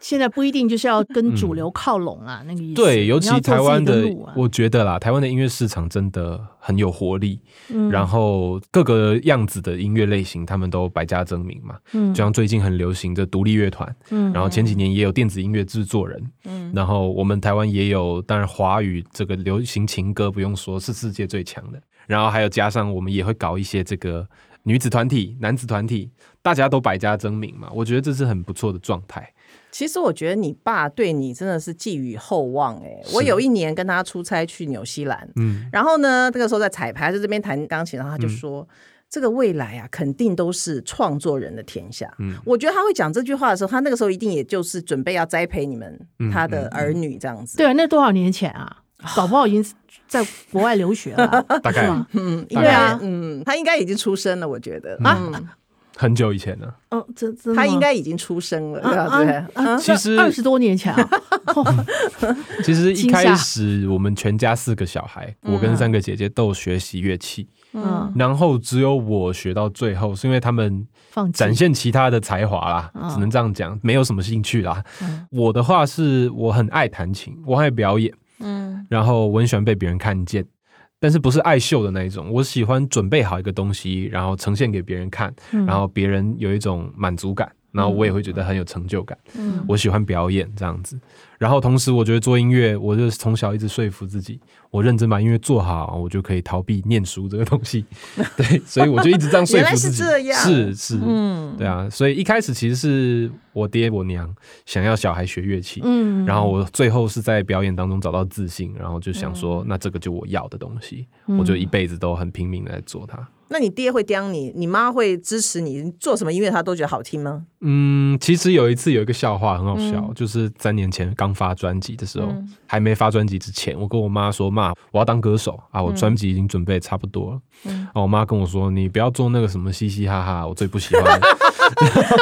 [SPEAKER 1] 现在不一定就是要跟主
[SPEAKER 3] 嗯
[SPEAKER 1] 流靠拢啊，那个意思。
[SPEAKER 3] 对，尤
[SPEAKER 1] 你
[SPEAKER 3] 其
[SPEAKER 1] 要走
[SPEAKER 3] 台湾
[SPEAKER 1] 自己
[SPEAKER 3] 的
[SPEAKER 1] 的路，啊
[SPEAKER 3] 我觉得啦，台湾的音乐市场真的很有活力，
[SPEAKER 1] 嗯
[SPEAKER 3] 然后各个样子的音乐类型，他们都百家争鸣嘛。
[SPEAKER 1] 嗯
[SPEAKER 3] 就像最近很流行的独立乐团，
[SPEAKER 1] 嗯
[SPEAKER 3] 然后前几年也有电子音乐制作人，
[SPEAKER 2] 嗯
[SPEAKER 3] 然后我们台湾也有，当然华语这个流行情歌不用说是世界最强的，然后还有加上我们也会搞一些这个女子团体、男子团体，大家都百家争鸣嘛，我觉得这是很不错的状态。
[SPEAKER 2] 其实我觉得你爸对你真的是寄予厚望哎、我
[SPEAKER 3] 是
[SPEAKER 2] 有一年跟他出差去纽西兰，
[SPEAKER 3] 嗯，
[SPEAKER 2] 然后呢，那个时候在彩排，在这边弹钢琴，然后他就说。这个未来啊，肯定都是创作人的天下。
[SPEAKER 3] 嗯
[SPEAKER 2] 我觉得他会讲这句话的时候，他那个时候一定也就是准备要栽培你们、
[SPEAKER 3] 嗯
[SPEAKER 2] 他的儿女这样子。
[SPEAKER 1] 对啊，那多少年前 啊，搞不好已经在国外留学了啊，
[SPEAKER 3] 大
[SPEAKER 1] 是
[SPEAKER 3] 概
[SPEAKER 1] 吗？
[SPEAKER 2] 嗯，应
[SPEAKER 3] 大
[SPEAKER 2] 该
[SPEAKER 1] 概啊
[SPEAKER 2] 嗯，他应该已经出生了，我觉得
[SPEAKER 1] 啊
[SPEAKER 2] 嗯
[SPEAKER 3] 很久以前了，
[SPEAKER 1] 嗯，真真的吗
[SPEAKER 2] 他应该已经出生了，
[SPEAKER 1] 啊
[SPEAKER 2] 对
[SPEAKER 1] 啊
[SPEAKER 2] 吧？对
[SPEAKER 1] 啊
[SPEAKER 2] 啊，
[SPEAKER 1] 啊
[SPEAKER 3] 其实
[SPEAKER 1] 二十多年前 啊，
[SPEAKER 3] 其实一
[SPEAKER 1] 惊吓
[SPEAKER 3] 开始我们全家四个小孩，我跟三个姐姐都有学习乐器，
[SPEAKER 1] 嗯，
[SPEAKER 3] 然后只有我学到最后，是因为他们
[SPEAKER 1] 放弃
[SPEAKER 3] 展现其他的才华啦
[SPEAKER 1] 嗯，
[SPEAKER 3] 只能这样讲，没有什么兴趣啦。
[SPEAKER 1] 嗯
[SPEAKER 3] 我的话是我很爱弹琴，我很爱表演，嗯，然后我很喜欢被别人看见，但是不是爱秀的那一种，我喜欢准备好一个东西，然后呈现给别人看，
[SPEAKER 1] 嗯
[SPEAKER 3] 然后别人有一种满足感。然后我也会觉得很有成就感，
[SPEAKER 2] 嗯
[SPEAKER 3] 我喜欢表演这样子。然后同时，我觉得做音乐，我就是从小一直说服自己，我认真把音乐做好，我就可以逃避念书这个东 西。对，所以我就一直这样说
[SPEAKER 2] 原
[SPEAKER 3] 服
[SPEAKER 2] 来
[SPEAKER 3] 自
[SPEAKER 2] 是
[SPEAKER 3] 己。
[SPEAKER 2] 这样
[SPEAKER 3] 是是，
[SPEAKER 2] 嗯
[SPEAKER 3] 对啊，所以一开始其实是我爹我娘想要小孩学乐器，
[SPEAKER 1] 嗯，
[SPEAKER 3] 然后我最后是在表演当中找到自信，然后就想
[SPEAKER 2] 嗯
[SPEAKER 3] 说，那这个就我要的东西，我就一辈子都很拼命的在做它。
[SPEAKER 2] 那你爹会刁你，你妈会支持你，你做什么音乐他都觉得好听 吗？
[SPEAKER 3] 嗯，其实有一次有一个笑话很好笑，就是三年前刚发专辑的时候，还没发专辑之前，我跟我妈说：“妈，我要当歌手啊，我专辑已经准备差不多了。然后我妈跟我说：“你不要做那个什么嘻嘻哈哈，我最不喜欢。” 然后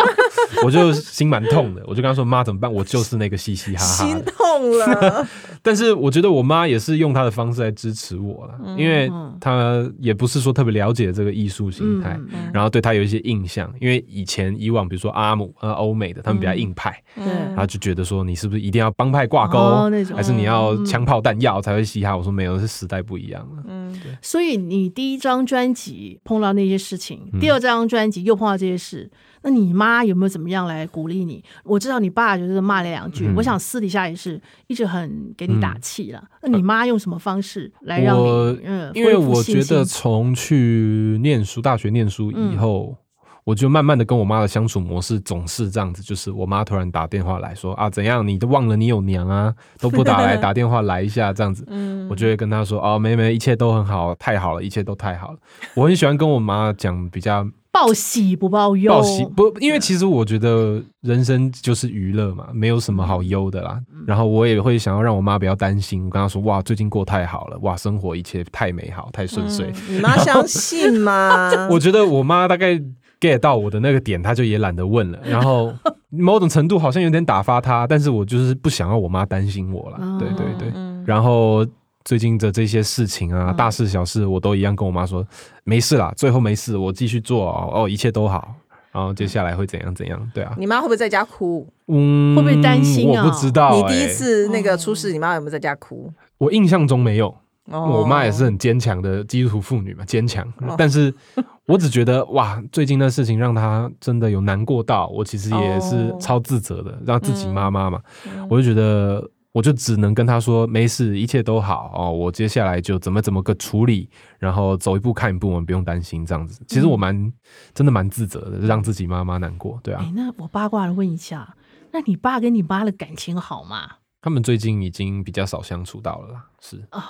[SPEAKER 3] 我就心蛮痛的，我就跟她说：“妈，怎么办？我就是那个嘻嘻哈哈。”
[SPEAKER 2] 心痛 了，
[SPEAKER 3] 但是我觉得我妈也是用她的方式来支持我了，因为她也不是说特别了解这个艺术
[SPEAKER 1] 嗯
[SPEAKER 3] 形态，然后对她有一些印象，因为以前以往比如说阿姆呃欧美的他们比较硬派，
[SPEAKER 1] 嗯对
[SPEAKER 3] 然后就觉得说你是不是一定要帮派挂钩，
[SPEAKER 1] 哦那种
[SPEAKER 3] 还是你要枪炮弹药才会嘻哈？我说没有，是时代不一样了。
[SPEAKER 1] 嗯所以你第一张专辑碰到那些事情，
[SPEAKER 3] 嗯
[SPEAKER 1] 第二张专辑又碰到这些事，那你妈有没有怎么样来鼓励你？我知道你爸就是骂了两句，
[SPEAKER 3] 嗯
[SPEAKER 1] 我想私底下也是一直很给你打气了。那你妈用什么方式来让
[SPEAKER 3] 嗯我
[SPEAKER 1] 你嗯，
[SPEAKER 3] 因为
[SPEAKER 1] 恢复
[SPEAKER 3] 我
[SPEAKER 1] 信
[SPEAKER 3] 觉
[SPEAKER 1] 心
[SPEAKER 3] 得从去念书、大学念书以
[SPEAKER 1] 嗯
[SPEAKER 3] 后，我就慢慢的跟我妈的相处模式总是这样子，就是我妈突然打电话来说啊，怎样，你都忘了你有娘 啊，都不打来，打电话来一下这样子，
[SPEAKER 1] 嗯
[SPEAKER 3] 我就会跟她说哦，没没，一切都很好，太好了，一切都太好了。我很喜欢跟我妈讲比较
[SPEAKER 1] 报喜不报忧，
[SPEAKER 3] 报喜不，因为其实我觉得人生就是娱乐嘛，没有什么好忧的啦。然后我也会想要让我妈不要担心，我跟她说哇，最近过太好了，哇，生活一切太美好，太顺遂。
[SPEAKER 2] 你妈相信 吗？
[SPEAKER 3] 我觉得我妈大概 get 到我的那个点，她就也懒得问了。然后某种程度好像有点打发她，但是我就是不想要我妈担心我啦。
[SPEAKER 1] 嗯嗯
[SPEAKER 3] 对对对，然后。最近的这些事情啊，大事小事，我都一样跟我妈说，没事啦，最后没事，我继续做哦，哦一切都好。然后接下来会怎样怎样，对啊，
[SPEAKER 2] 你妈会不会在家哭？
[SPEAKER 3] 嗯，
[SPEAKER 1] 会不会担心啊
[SPEAKER 3] 我不知道、
[SPEAKER 2] 你第一
[SPEAKER 3] 欸
[SPEAKER 2] 次那个
[SPEAKER 1] 哎
[SPEAKER 2] 出
[SPEAKER 1] 嗯
[SPEAKER 2] 事，你妈有没有在家哭？
[SPEAKER 3] 我印象中没有，
[SPEAKER 2] 哦哦
[SPEAKER 3] 我妈也是很坚强的基督徒妇女嘛，坚强。但是我只觉得哇，最近的事情让她真的有难过到，我其实也是
[SPEAKER 2] 哦嗯
[SPEAKER 3] 超自责的，让自己妈妈嘛，我就觉得。我就只能跟她说没事，一切都好哦。我接下来就怎么怎么个处理，然后走一步看一步，我们不用担心这样子。其实我
[SPEAKER 2] 嗯
[SPEAKER 3] 蛮真的蛮自责的，让自己妈妈难过。对啊，
[SPEAKER 1] 哎，那我八卦的问一下，那你爸跟你妈的感情好吗？
[SPEAKER 3] 他们最近已经比较少相处到了啦，是
[SPEAKER 2] 啊，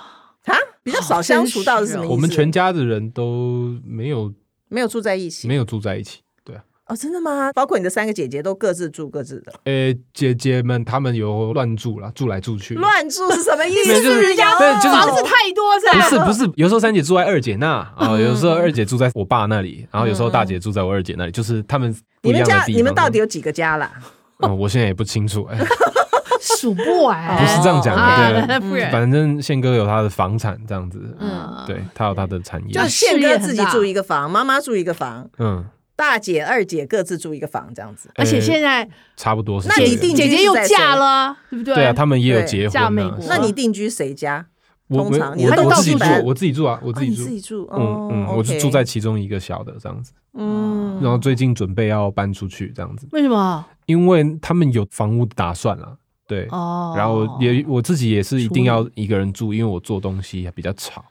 [SPEAKER 2] 比较少相处到是什么意思？
[SPEAKER 3] 我们全家的人都没有
[SPEAKER 2] 没有住在一起，
[SPEAKER 3] 没有住在一起。对啊，
[SPEAKER 2] 哦，真的吗？包括你的三个姐姐都各自住各自的，
[SPEAKER 3] 呃、姐姐们她们有乱住啦，住来住去。
[SPEAKER 2] 乱住是什么意
[SPEAKER 3] 嗯没有
[SPEAKER 2] 思？
[SPEAKER 3] 就是对就是
[SPEAKER 2] 房
[SPEAKER 1] 房子
[SPEAKER 2] 子
[SPEAKER 1] 太多
[SPEAKER 2] 啊
[SPEAKER 3] 不
[SPEAKER 1] 噻，
[SPEAKER 3] 是不是，有时候三姐住在二姐那啊、有时候二姐住在我爸那里，然后有时候大姐住在我二姐那里，就是他们
[SPEAKER 2] 你
[SPEAKER 3] 不一
[SPEAKER 2] 们
[SPEAKER 3] 样的地
[SPEAKER 2] 家
[SPEAKER 3] 方。
[SPEAKER 2] 你们到底有几个家啦？
[SPEAKER 3] 嗯，我现在也不清楚，哎，
[SPEAKER 1] 数不完，
[SPEAKER 2] 哦
[SPEAKER 3] 不是这样讲的，对。
[SPEAKER 1] 啊，不然
[SPEAKER 3] 反正宪哥有他的房产这样子，
[SPEAKER 1] 嗯
[SPEAKER 3] 对他有他的产业
[SPEAKER 2] 就，是宪
[SPEAKER 1] 事业
[SPEAKER 2] 哥
[SPEAKER 1] 很
[SPEAKER 2] 自己
[SPEAKER 1] 大
[SPEAKER 2] 住一个房，妈妈住一个房，
[SPEAKER 3] 嗯，呃
[SPEAKER 2] 大姐、二姐各自住一个房，这样子。
[SPEAKER 1] 而且现在
[SPEAKER 3] 差不多是
[SPEAKER 2] 那
[SPEAKER 3] 这
[SPEAKER 2] 你
[SPEAKER 3] 样
[SPEAKER 2] 定
[SPEAKER 1] 姐
[SPEAKER 2] 居
[SPEAKER 1] 姐
[SPEAKER 2] 是
[SPEAKER 1] 又
[SPEAKER 2] 在
[SPEAKER 1] 嫁
[SPEAKER 2] 谁
[SPEAKER 1] 了，对不对？
[SPEAKER 3] 对啊，他们也有
[SPEAKER 2] 对
[SPEAKER 3] 结
[SPEAKER 1] 嫁
[SPEAKER 3] 婚
[SPEAKER 1] 美
[SPEAKER 3] 呢
[SPEAKER 1] 国。
[SPEAKER 3] 是
[SPEAKER 2] 那你定居谁家？
[SPEAKER 3] 我
[SPEAKER 2] 通常
[SPEAKER 3] 我
[SPEAKER 2] 你们
[SPEAKER 1] 都
[SPEAKER 3] 我我
[SPEAKER 1] 到
[SPEAKER 3] 自己
[SPEAKER 1] 处
[SPEAKER 3] 住
[SPEAKER 1] 搬，
[SPEAKER 3] 我自己住啊，我
[SPEAKER 2] 哦
[SPEAKER 3] 自己
[SPEAKER 2] 你
[SPEAKER 3] 住。
[SPEAKER 2] 自己住，哦
[SPEAKER 3] 嗯嗯，我是
[SPEAKER 2] OK
[SPEAKER 3] 住在其中一个小的这样子，
[SPEAKER 2] 嗯，
[SPEAKER 3] 然后最近准备要搬出去这样子，
[SPEAKER 1] 为什么？
[SPEAKER 3] 因为他们有房屋的打算啦，对，
[SPEAKER 1] 哦，
[SPEAKER 3] 然后也我自己也是一
[SPEAKER 1] 处理
[SPEAKER 3] 定要一个人住，因为我做东西比较吵，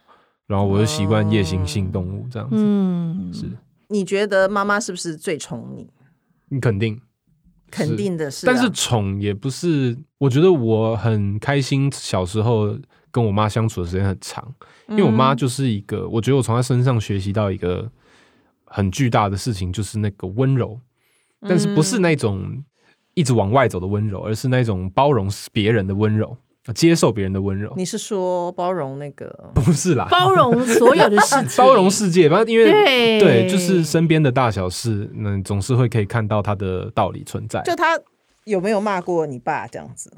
[SPEAKER 3] 然后我就习惯夜行性动物这样子，
[SPEAKER 1] 嗯，
[SPEAKER 3] 是
[SPEAKER 2] 你觉得妈妈是不是最宠你？
[SPEAKER 3] 你嗯肯定，
[SPEAKER 2] 肯定的是啊，
[SPEAKER 3] 但是宠也不是，我觉得我很开心，小时候跟我妈相处的时间很长，因为我
[SPEAKER 2] 嗯
[SPEAKER 3] 妈就是一个，我觉得我从她身上学习到一个很巨大的事情，就是那个温柔，但是不是那种一直往外走的温柔，而是那种包容别人的温柔，呃接受别人的温柔，
[SPEAKER 2] 你是说包容那个？
[SPEAKER 3] 不是啦，
[SPEAKER 1] 包容所有 的事情，
[SPEAKER 3] 包容世界，反正因为
[SPEAKER 1] 对
[SPEAKER 3] 就是身边的大小事，嗯，总是会可以看到它的道理存在。
[SPEAKER 2] 就他有没有骂过你爸这样子？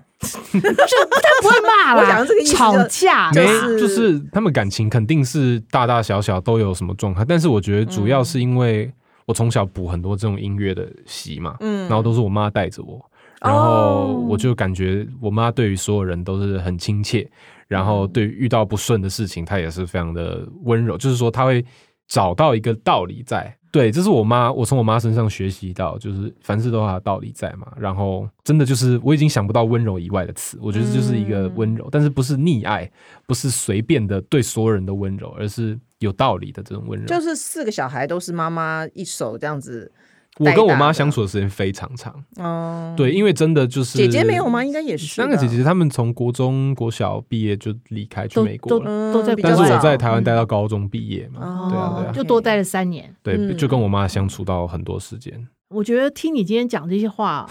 [SPEAKER 1] 不会骂
[SPEAKER 2] 我
[SPEAKER 1] 啦
[SPEAKER 2] 讲这个意，思就
[SPEAKER 1] 吵架
[SPEAKER 3] 没
[SPEAKER 2] 就，
[SPEAKER 1] 啦
[SPEAKER 2] 是
[SPEAKER 3] 就是他们感情肯定是大大小小都有什么状态，但是我觉得主要
[SPEAKER 2] 嗯
[SPEAKER 3] 是因为我从小补很多这种音乐的习嘛，
[SPEAKER 2] 嗯
[SPEAKER 3] 然后都是我妈带着我，然后我就感觉我妈对于所有人都是很亲切，然后对于遇到不顺的事情，她也是非常的温柔，就是说她会找到一个道理在。对，这是我妈，我从我妈身上学习到，就是凡事都有她的道理在嘛。然后真的就是我已经想不到温柔以外的词，我觉得这就是一个温
[SPEAKER 2] 嗯
[SPEAKER 3] 柔，但是不是溺爱，不是随便的对所有人的温柔，而是有道理的这种温柔。
[SPEAKER 2] 就是四个小孩都是妈妈一手这样子，
[SPEAKER 3] 我跟我
[SPEAKER 2] 带大
[SPEAKER 3] 妈
[SPEAKER 2] 的
[SPEAKER 3] 相处的时间非常长，
[SPEAKER 2] 嗯，
[SPEAKER 3] 对，因为真的就是
[SPEAKER 2] 姐姐没有吗？应该也是
[SPEAKER 3] 三个姐姐，她们从国中、国小毕业就离开去
[SPEAKER 1] 都
[SPEAKER 3] 美国
[SPEAKER 1] 都
[SPEAKER 3] 了，
[SPEAKER 1] 都在
[SPEAKER 2] 嗯比
[SPEAKER 3] 但
[SPEAKER 2] 较
[SPEAKER 3] 是我
[SPEAKER 2] 早
[SPEAKER 3] 在台湾待到高中毕业嘛，
[SPEAKER 2] 哦
[SPEAKER 3] 对啊对啊
[SPEAKER 1] 就多待了三年。
[SPEAKER 3] 对，
[SPEAKER 2] 嗯
[SPEAKER 3] 就跟我妈相处到很多时间，
[SPEAKER 1] 我觉得听你今天讲这些话，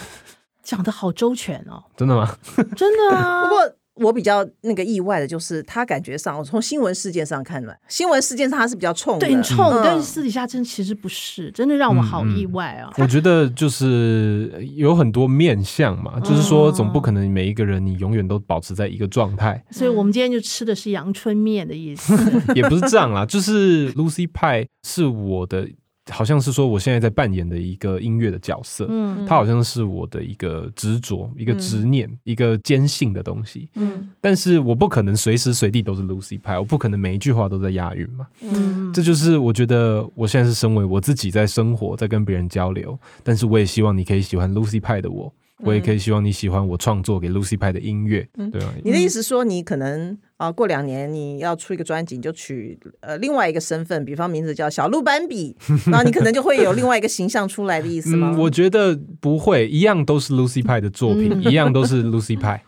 [SPEAKER 1] 讲的好周全哦，
[SPEAKER 3] 真的吗？
[SPEAKER 1] 真的啊。
[SPEAKER 2] 不过我比较那个意外的就是，他感觉上，我从新闻事件上看来，新闻事件上他是比较冲的，
[SPEAKER 1] 对，很冲，
[SPEAKER 2] 嗯
[SPEAKER 1] 但是私底下真其实不是，真的让我
[SPEAKER 3] 嗯
[SPEAKER 1] 好意外啊。
[SPEAKER 3] 我觉得就是有很多面向嘛，就是说总
[SPEAKER 2] 啊
[SPEAKER 3] 不可能每一个人你永远都保持在一个状态，
[SPEAKER 1] 所以我们今天就吃的是阳春面的意 思。
[SPEAKER 3] 也不是这样啦，就是 Lucy Pie 是我的，好像是说我现在在扮演的一个音乐的角色，
[SPEAKER 1] 嗯
[SPEAKER 3] 它好像是我的一个执着、一个执念、一个坚信的东西。
[SPEAKER 1] 嗯
[SPEAKER 3] 但是我不可能随时随地都是 Lucy 派，我不可能每一句话都在押韵嘛。
[SPEAKER 1] 嗯，
[SPEAKER 3] 这就是我觉得我现在是身为我自己在生活，在跟别人交流，但是我也希望你可以喜欢 Lucy 派的我，我
[SPEAKER 1] 嗯
[SPEAKER 3] 也可以希望你喜欢我创作给 Lucy 派的音乐，对吧？
[SPEAKER 2] 你的意
[SPEAKER 1] 嗯
[SPEAKER 2] 思说，你可能啊、过两年你要出一个专辑，你就取呃另外一个身份，比方名字叫小鹿斑 比，然后你可能就会有另外一个形象出来的意思吗？
[SPEAKER 3] 嗯，我觉得不会，一样都是 Lucy 派的作
[SPEAKER 2] 嗯
[SPEAKER 3] 品，一样都是 Lucy 派。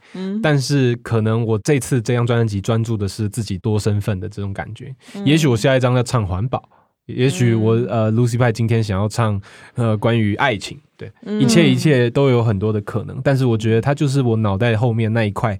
[SPEAKER 3] 但是可能我这次这张专辑专注的是自己多身份的这种感觉。
[SPEAKER 2] 嗯
[SPEAKER 3] 也许我下一张要唱环保，也许我、呃 Lucy 派今天想要唱呃关于爱情，对，
[SPEAKER 2] 嗯
[SPEAKER 3] 一切一切都有很多的可能。但是我觉得它就是我脑袋后面那一块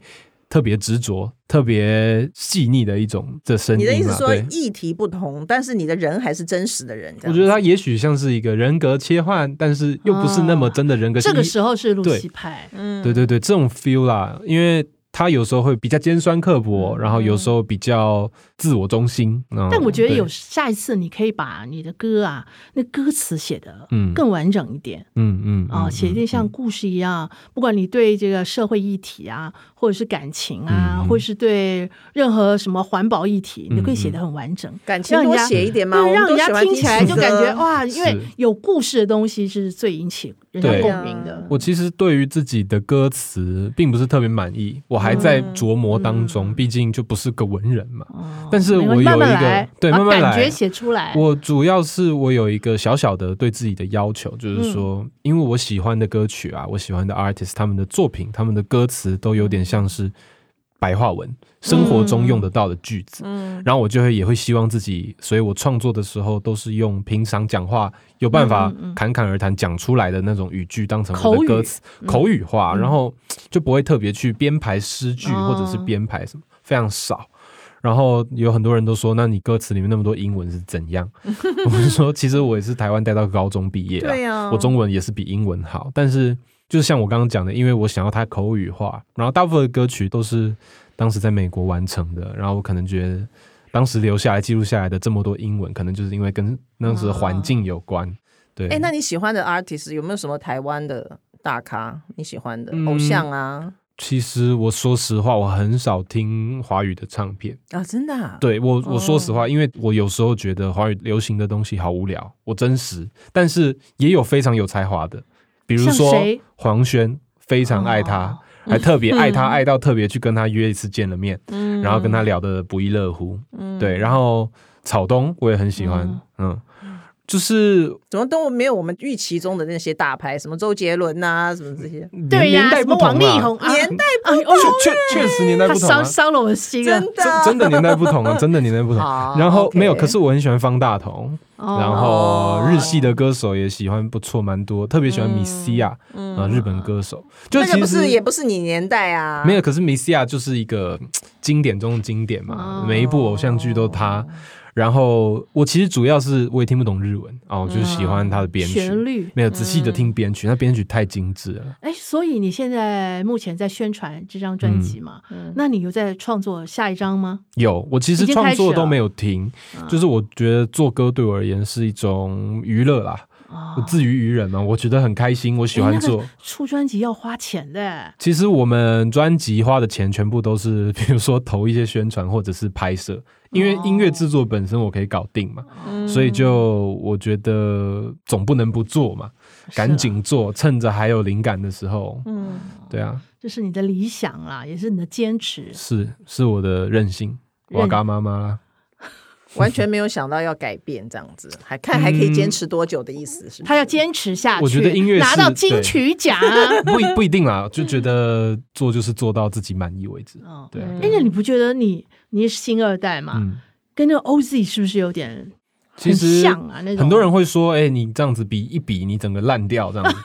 [SPEAKER 3] 特别执着、特别细腻的一种这声
[SPEAKER 2] 你
[SPEAKER 3] 音
[SPEAKER 2] 的意思
[SPEAKER 3] 嘛
[SPEAKER 2] 说
[SPEAKER 3] 对。
[SPEAKER 2] 议题不同，但是你的人还是真实的人。这
[SPEAKER 3] 我
[SPEAKER 2] 样
[SPEAKER 3] 觉得它也许像是一个人格切换，但是
[SPEAKER 2] 啊
[SPEAKER 3] 又不是那么真的人格
[SPEAKER 1] 这
[SPEAKER 3] 切换。
[SPEAKER 1] 个时候是露
[SPEAKER 3] 对哦
[SPEAKER 2] 嗯
[SPEAKER 1] 西派，
[SPEAKER 3] 对对对，这种 feel 啦，因为他有时候会比较尖酸刻薄，然后有时候比较自我中心。嗯但
[SPEAKER 1] 嗯但我觉得有下一次，你可以把你的歌啊，那歌词写的
[SPEAKER 3] 嗯
[SPEAKER 1] 更完整一点
[SPEAKER 3] 嗯嗯
[SPEAKER 1] 啊，
[SPEAKER 3] 嗯
[SPEAKER 1] 写一
[SPEAKER 3] 嗯
[SPEAKER 1] 点像故事一样。不管你对这个社会议题啊，或者是感情啊
[SPEAKER 3] 嗯，嗯
[SPEAKER 1] 或者是对任何什么环保议题，你都可以写
[SPEAKER 3] 嗯
[SPEAKER 1] 的很完整，
[SPEAKER 2] 感情
[SPEAKER 1] 让人
[SPEAKER 2] 多
[SPEAKER 1] 家
[SPEAKER 2] 写一点嘛，
[SPEAKER 1] 对，
[SPEAKER 2] 我们
[SPEAKER 1] 让
[SPEAKER 2] 都
[SPEAKER 1] 人
[SPEAKER 2] 喜
[SPEAKER 1] 家
[SPEAKER 2] 欢
[SPEAKER 1] 听起来就
[SPEAKER 2] 情歌
[SPEAKER 1] 感觉哦哇，因为
[SPEAKER 3] 是
[SPEAKER 1] 有故事的东西是最引起人家
[SPEAKER 3] 对
[SPEAKER 1] 共鸣
[SPEAKER 2] 啊
[SPEAKER 1] 的。
[SPEAKER 3] 我其实对于自己的歌词并不是特别满意，我还在
[SPEAKER 2] 嗯
[SPEAKER 3] 琢磨当中，
[SPEAKER 1] 嗯
[SPEAKER 3] 毕竟就不是个文人嘛。
[SPEAKER 1] 哦
[SPEAKER 3] 但是
[SPEAKER 1] 没关系
[SPEAKER 3] 我
[SPEAKER 1] 慢
[SPEAKER 3] 有
[SPEAKER 1] 慢
[SPEAKER 3] 一个
[SPEAKER 1] 来
[SPEAKER 3] 对
[SPEAKER 1] 把
[SPEAKER 3] 慢慢
[SPEAKER 1] 感觉
[SPEAKER 3] 来
[SPEAKER 1] 写出来。
[SPEAKER 3] 我主要是我有一个小小的对自己的要求，就是说，
[SPEAKER 1] 嗯
[SPEAKER 3] 因为我喜欢的歌曲啊，我喜欢的 artist 他们的作品，他们的歌词都有点像是白话文，生活
[SPEAKER 1] 嗯
[SPEAKER 3] 中用得到的句子。
[SPEAKER 2] 嗯，
[SPEAKER 3] 然后我就会也会希望自己，所以我创作的时候都是用平常讲话有办法
[SPEAKER 1] 嗯嗯嗯
[SPEAKER 3] 侃侃而谈讲出来的那种语句当成我的歌词
[SPEAKER 1] 口语嗯嗯
[SPEAKER 3] 口语化，然后就不会特别去编排诗句
[SPEAKER 1] 哦
[SPEAKER 3] 或者是编排什么，非常少。然后有很多人都说，那你歌词里面那么多英文是怎样？ 我是说，其实我也是台湾待到高中毕业啊，
[SPEAKER 2] 对呀，
[SPEAKER 3] 我中文也是比英文好，但是就是像我刚刚讲的，因为我想要它口语化，然后大部分的歌曲都是当时在美国完成的，然后我可能觉得当时留下来记录下来的这么多英文，可能就是因为跟那时的环境有关。对，
[SPEAKER 2] 哎，那你喜欢的 artist 有没有什么台湾的大咖你喜欢的
[SPEAKER 3] 嗯
[SPEAKER 2] 偶像啊？
[SPEAKER 3] 其实我说实话，我很少听华语的唱片。
[SPEAKER 2] 啊，真的啊，
[SPEAKER 3] 对我，我说实话，
[SPEAKER 2] 哦
[SPEAKER 3] 因为我有时候觉得华语流行的东西好无聊，我真实，但是也有非常有才华的，比如
[SPEAKER 1] 像
[SPEAKER 3] 说
[SPEAKER 1] 谁
[SPEAKER 3] 黄轩，非常爱他。
[SPEAKER 1] 哦
[SPEAKER 3] 还特别爱他，爱到特别去跟他亦一次见了面，
[SPEAKER 2] 嗯
[SPEAKER 3] 然后跟他聊得不亦乐乎。
[SPEAKER 2] 嗯
[SPEAKER 3] 对，然后草东我也很喜欢，嗯，就是
[SPEAKER 2] 怎么都没有我们预期中的那些大牌，什么周杰伦呐、什么这些，
[SPEAKER 1] 对呀，
[SPEAKER 3] 年代
[SPEAKER 1] 什么
[SPEAKER 3] 不同
[SPEAKER 1] 王力
[SPEAKER 3] 啦
[SPEAKER 1] 宏啊，
[SPEAKER 2] 年代
[SPEAKER 1] 啊哦
[SPEAKER 3] 确确确实年代
[SPEAKER 1] 他
[SPEAKER 3] 不同
[SPEAKER 1] 伤
[SPEAKER 3] 啊，
[SPEAKER 1] 伤了我的心啊
[SPEAKER 2] 真。的
[SPEAKER 3] 真真的年代不同啊，真的年代不同。
[SPEAKER 2] 好
[SPEAKER 3] 然后
[SPEAKER 2] OK
[SPEAKER 3] 没有，可是我很喜欢方大同，
[SPEAKER 1] 哦
[SPEAKER 3] 然后日系的歌手也喜欢，不错，蛮多，特别喜欢米西亚啊，日本歌手，
[SPEAKER 2] 嗯
[SPEAKER 3] 就
[SPEAKER 2] 那个
[SPEAKER 3] 其
[SPEAKER 2] 不
[SPEAKER 3] 实
[SPEAKER 2] 是也不是你年代啊，
[SPEAKER 3] 没有，可是米西亚就是一个嘖经典中的经典嘛，
[SPEAKER 1] 哦
[SPEAKER 3] 每一部偶像剧都他。然后我其实主要是我也听不懂日文
[SPEAKER 2] 嗯
[SPEAKER 3] 哦，就是喜欢他的编曲，
[SPEAKER 1] 旋律。
[SPEAKER 3] 没有仔细的听编曲，那编曲太精致了。
[SPEAKER 1] 哎，所以你现在目前在宣传这张专辑嘛？
[SPEAKER 2] 嗯
[SPEAKER 1] 那你有在创作下一张吗？
[SPEAKER 3] 有，我其实
[SPEAKER 1] 已经
[SPEAKER 3] 创
[SPEAKER 1] 开始
[SPEAKER 3] 作都
[SPEAKER 1] 了
[SPEAKER 3] 没有停，就是我觉得做歌对我而言是一种娱乐啦，
[SPEAKER 1] 啊
[SPEAKER 2] 哦
[SPEAKER 3] 我自娱于人嘛，我觉得很开心，我
[SPEAKER 2] 哎
[SPEAKER 3] 喜欢做。
[SPEAKER 1] 哎出专辑要花钱的，
[SPEAKER 3] 其实我们专辑花的钱全部都是， 比如说投一些宣传或者是拍摄，因
[SPEAKER 1] 哦
[SPEAKER 3] 为音乐制作本身我可以搞定嘛，
[SPEAKER 2] 嗯
[SPEAKER 3] 所以就我觉得总不能不做嘛，
[SPEAKER 1] 啊
[SPEAKER 3] 赶紧做，趁着还有灵感的时候，
[SPEAKER 2] 嗯，
[SPEAKER 3] 对啊，
[SPEAKER 1] 这是你的理想啦，也是你的坚持。
[SPEAKER 3] 是是我的任性，
[SPEAKER 1] 任
[SPEAKER 3] 哇嘎妈妈啦，
[SPEAKER 2] 完全没有想到要改变这样子，还看还可以坚持多久的意思是不是？
[SPEAKER 1] 他要坚持下去，
[SPEAKER 3] 我觉得音乐
[SPEAKER 1] 拿
[SPEAKER 3] 是
[SPEAKER 1] 到金
[SPEAKER 3] 对
[SPEAKER 1] 曲奖啊。
[SPEAKER 3] 不一不一定啦，就觉得做就是做到自己满意为止，
[SPEAKER 1] 哦，
[SPEAKER 3] 对啊，
[SPEAKER 1] 哎，
[SPEAKER 3] 对啊
[SPEAKER 1] 那你不觉得你你是星二代嘛？
[SPEAKER 3] 嗯，
[SPEAKER 1] 跟那个 OZ 是不是有点啊
[SPEAKER 3] 其
[SPEAKER 1] 很
[SPEAKER 3] 实
[SPEAKER 1] 像啊？那种
[SPEAKER 3] 很多人会说，哎、你这样子比一比，你整个烂掉这 样子，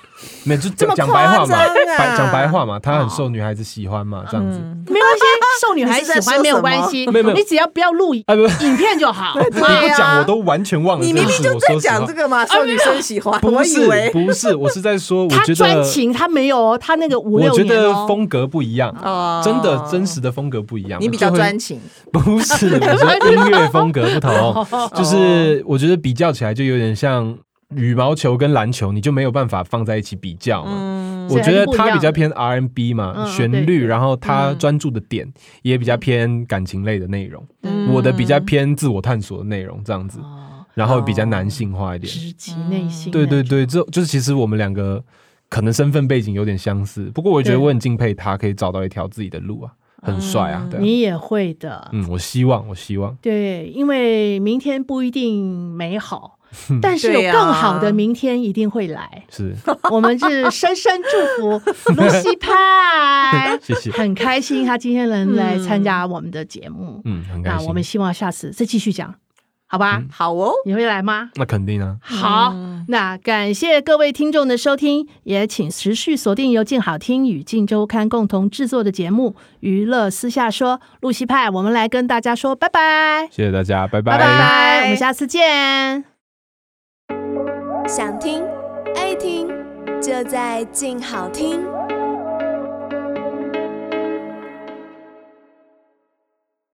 [SPEAKER 3] 没有就
[SPEAKER 2] 么
[SPEAKER 3] 讲讲白话
[SPEAKER 2] 夸
[SPEAKER 3] 嘛，
[SPEAKER 2] 张啊
[SPEAKER 3] 白讲白话嘛，他很受女孩子喜欢嘛，这样子。
[SPEAKER 2] 嗯，
[SPEAKER 1] 没关系，受女孩喜欢没有关系，
[SPEAKER 3] 没有没有
[SPEAKER 1] 你只要不要录影
[SPEAKER 3] 哎、不，
[SPEAKER 1] 片就好。哎
[SPEAKER 3] 你不讲我都完全忘了
[SPEAKER 2] 啊你
[SPEAKER 3] 这件
[SPEAKER 2] 明明
[SPEAKER 3] 事。
[SPEAKER 2] 就
[SPEAKER 3] 我
[SPEAKER 2] 在
[SPEAKER 3] 说实
[SPEAKER 2] 讲
[SPEAKER 3] 话啊
[SPEAKER 2] 这，个嘛，少女生喜欢，
[SPEAKER 3] 不
[SPEAKER 2] 我以
[SPEAKER 3] 是
[SPEAKER 2] 为
[SPEAKER 3] 不是，我是在说，我
[SPEAKER 1] 他
[SPEAKER 3] 觉
[SPEAKER 1] 专
[SPEAKER 3] 得
[SPEAKER 1] 情，他没有哦，他那个五
[SPEAKER 3] 我
[SPEAKER 1] 六
[SPEAKER 3] 觉
[SPEAKER 1] 年
[SPEAKER 3] 得
[SPEAKER 1] 哦。
[SPEAKER 3] 风格不一样，
[SPEAKER 2] 哦
[SPEAKER 3] 真的真实的风格不一样。
[SPEAKER 2] 你比较
[SPEAKER 3] 就会
[SPEAKER 2] 专情，
[SPEAKER 3] 不是，我说音乐风格 不同，
[SPEAKER 2] 哦
[SPEAKER 3] 就是我觉得比较起来就有点像羽毛球跟篮球，你就没有办法放在一起比较嘛。
[SPEAKER 2] 嗯
[SPEAKER 3] 我觉
[SPEAKER 1] 所
[SPEAKER 3] 得
[SPEAKER 1] 以还是不一
[SPEAKER 3] 他
[SPEAKER 1] 样
[SPEAKER 3] 比较偏 R N B 嘛，
[SPEAKER 1] 嗯
[SPEAKER 3] 旋
[SPEAKER 1] 对
[SPEAKER 3] 律，
[SPEAKER 1] 对
[SPEAKER 3] 然后他专注的点也比较偏感情类的内容，
[SPEAKER 2] 嗯
[SPEAKER 3] 我的比较偏自我探索的内容这样子，
[SPEAKER 1] 哦
[SPEAKER 3] 然后比较男性化一点。
[SPEAKER 1] 直击内心，
[SPEAKER 3] 对对，对，这就是其实我们两个可能身份背景有点相似，不过我觉得
[SPEAKER 1] 对
[SPEAKER 3] 我很敬佩他可以找到一条自己的路啊，很帅啊，对啊
[SPEAKER 1] 嗯你也会的，
[SPEAKER 3] 嗯，我希望，我希望。
[SPEAKER 1] 对，因为明天不一定美 好，但是有
[SPEAKER 2] 对啊
[SPEAKER 1] 更好的明天一定会来。
[SPEAKER 3] 是，
[SPEAKER 1] 我们是深深祝福露西 派，
[SPEAKER 3] 谢谢。
[SPEAKER 1] 很开心她今天能来参加我们的节目。
[SPEAKER 3] 嗯，很开
[SPEAKER 1] 那
[SPEAKER 3] 心。嗯
[SPEAKER 1] 我们希望下次再继续讲，好吧？
[SPEAKER 2] 好哦，
[SPEAKER 1] 你会来吗？
[SPEAKER 3] 那肯定啊，
[SPEAKER 2] 嗯
[SPEAKER 1] 好，那感谢各位听众的收听，也请持续锁定由静好听与静周刊共同制作的节目《娱乐私下说》，露西派，我们来跟大家说拜拜，
[SPEAKER 3] 谢谢大家，
[SPEAKER 1] 拜拜，我们下次见。
[SPEAKER 4] 想听爱听，就在静好听。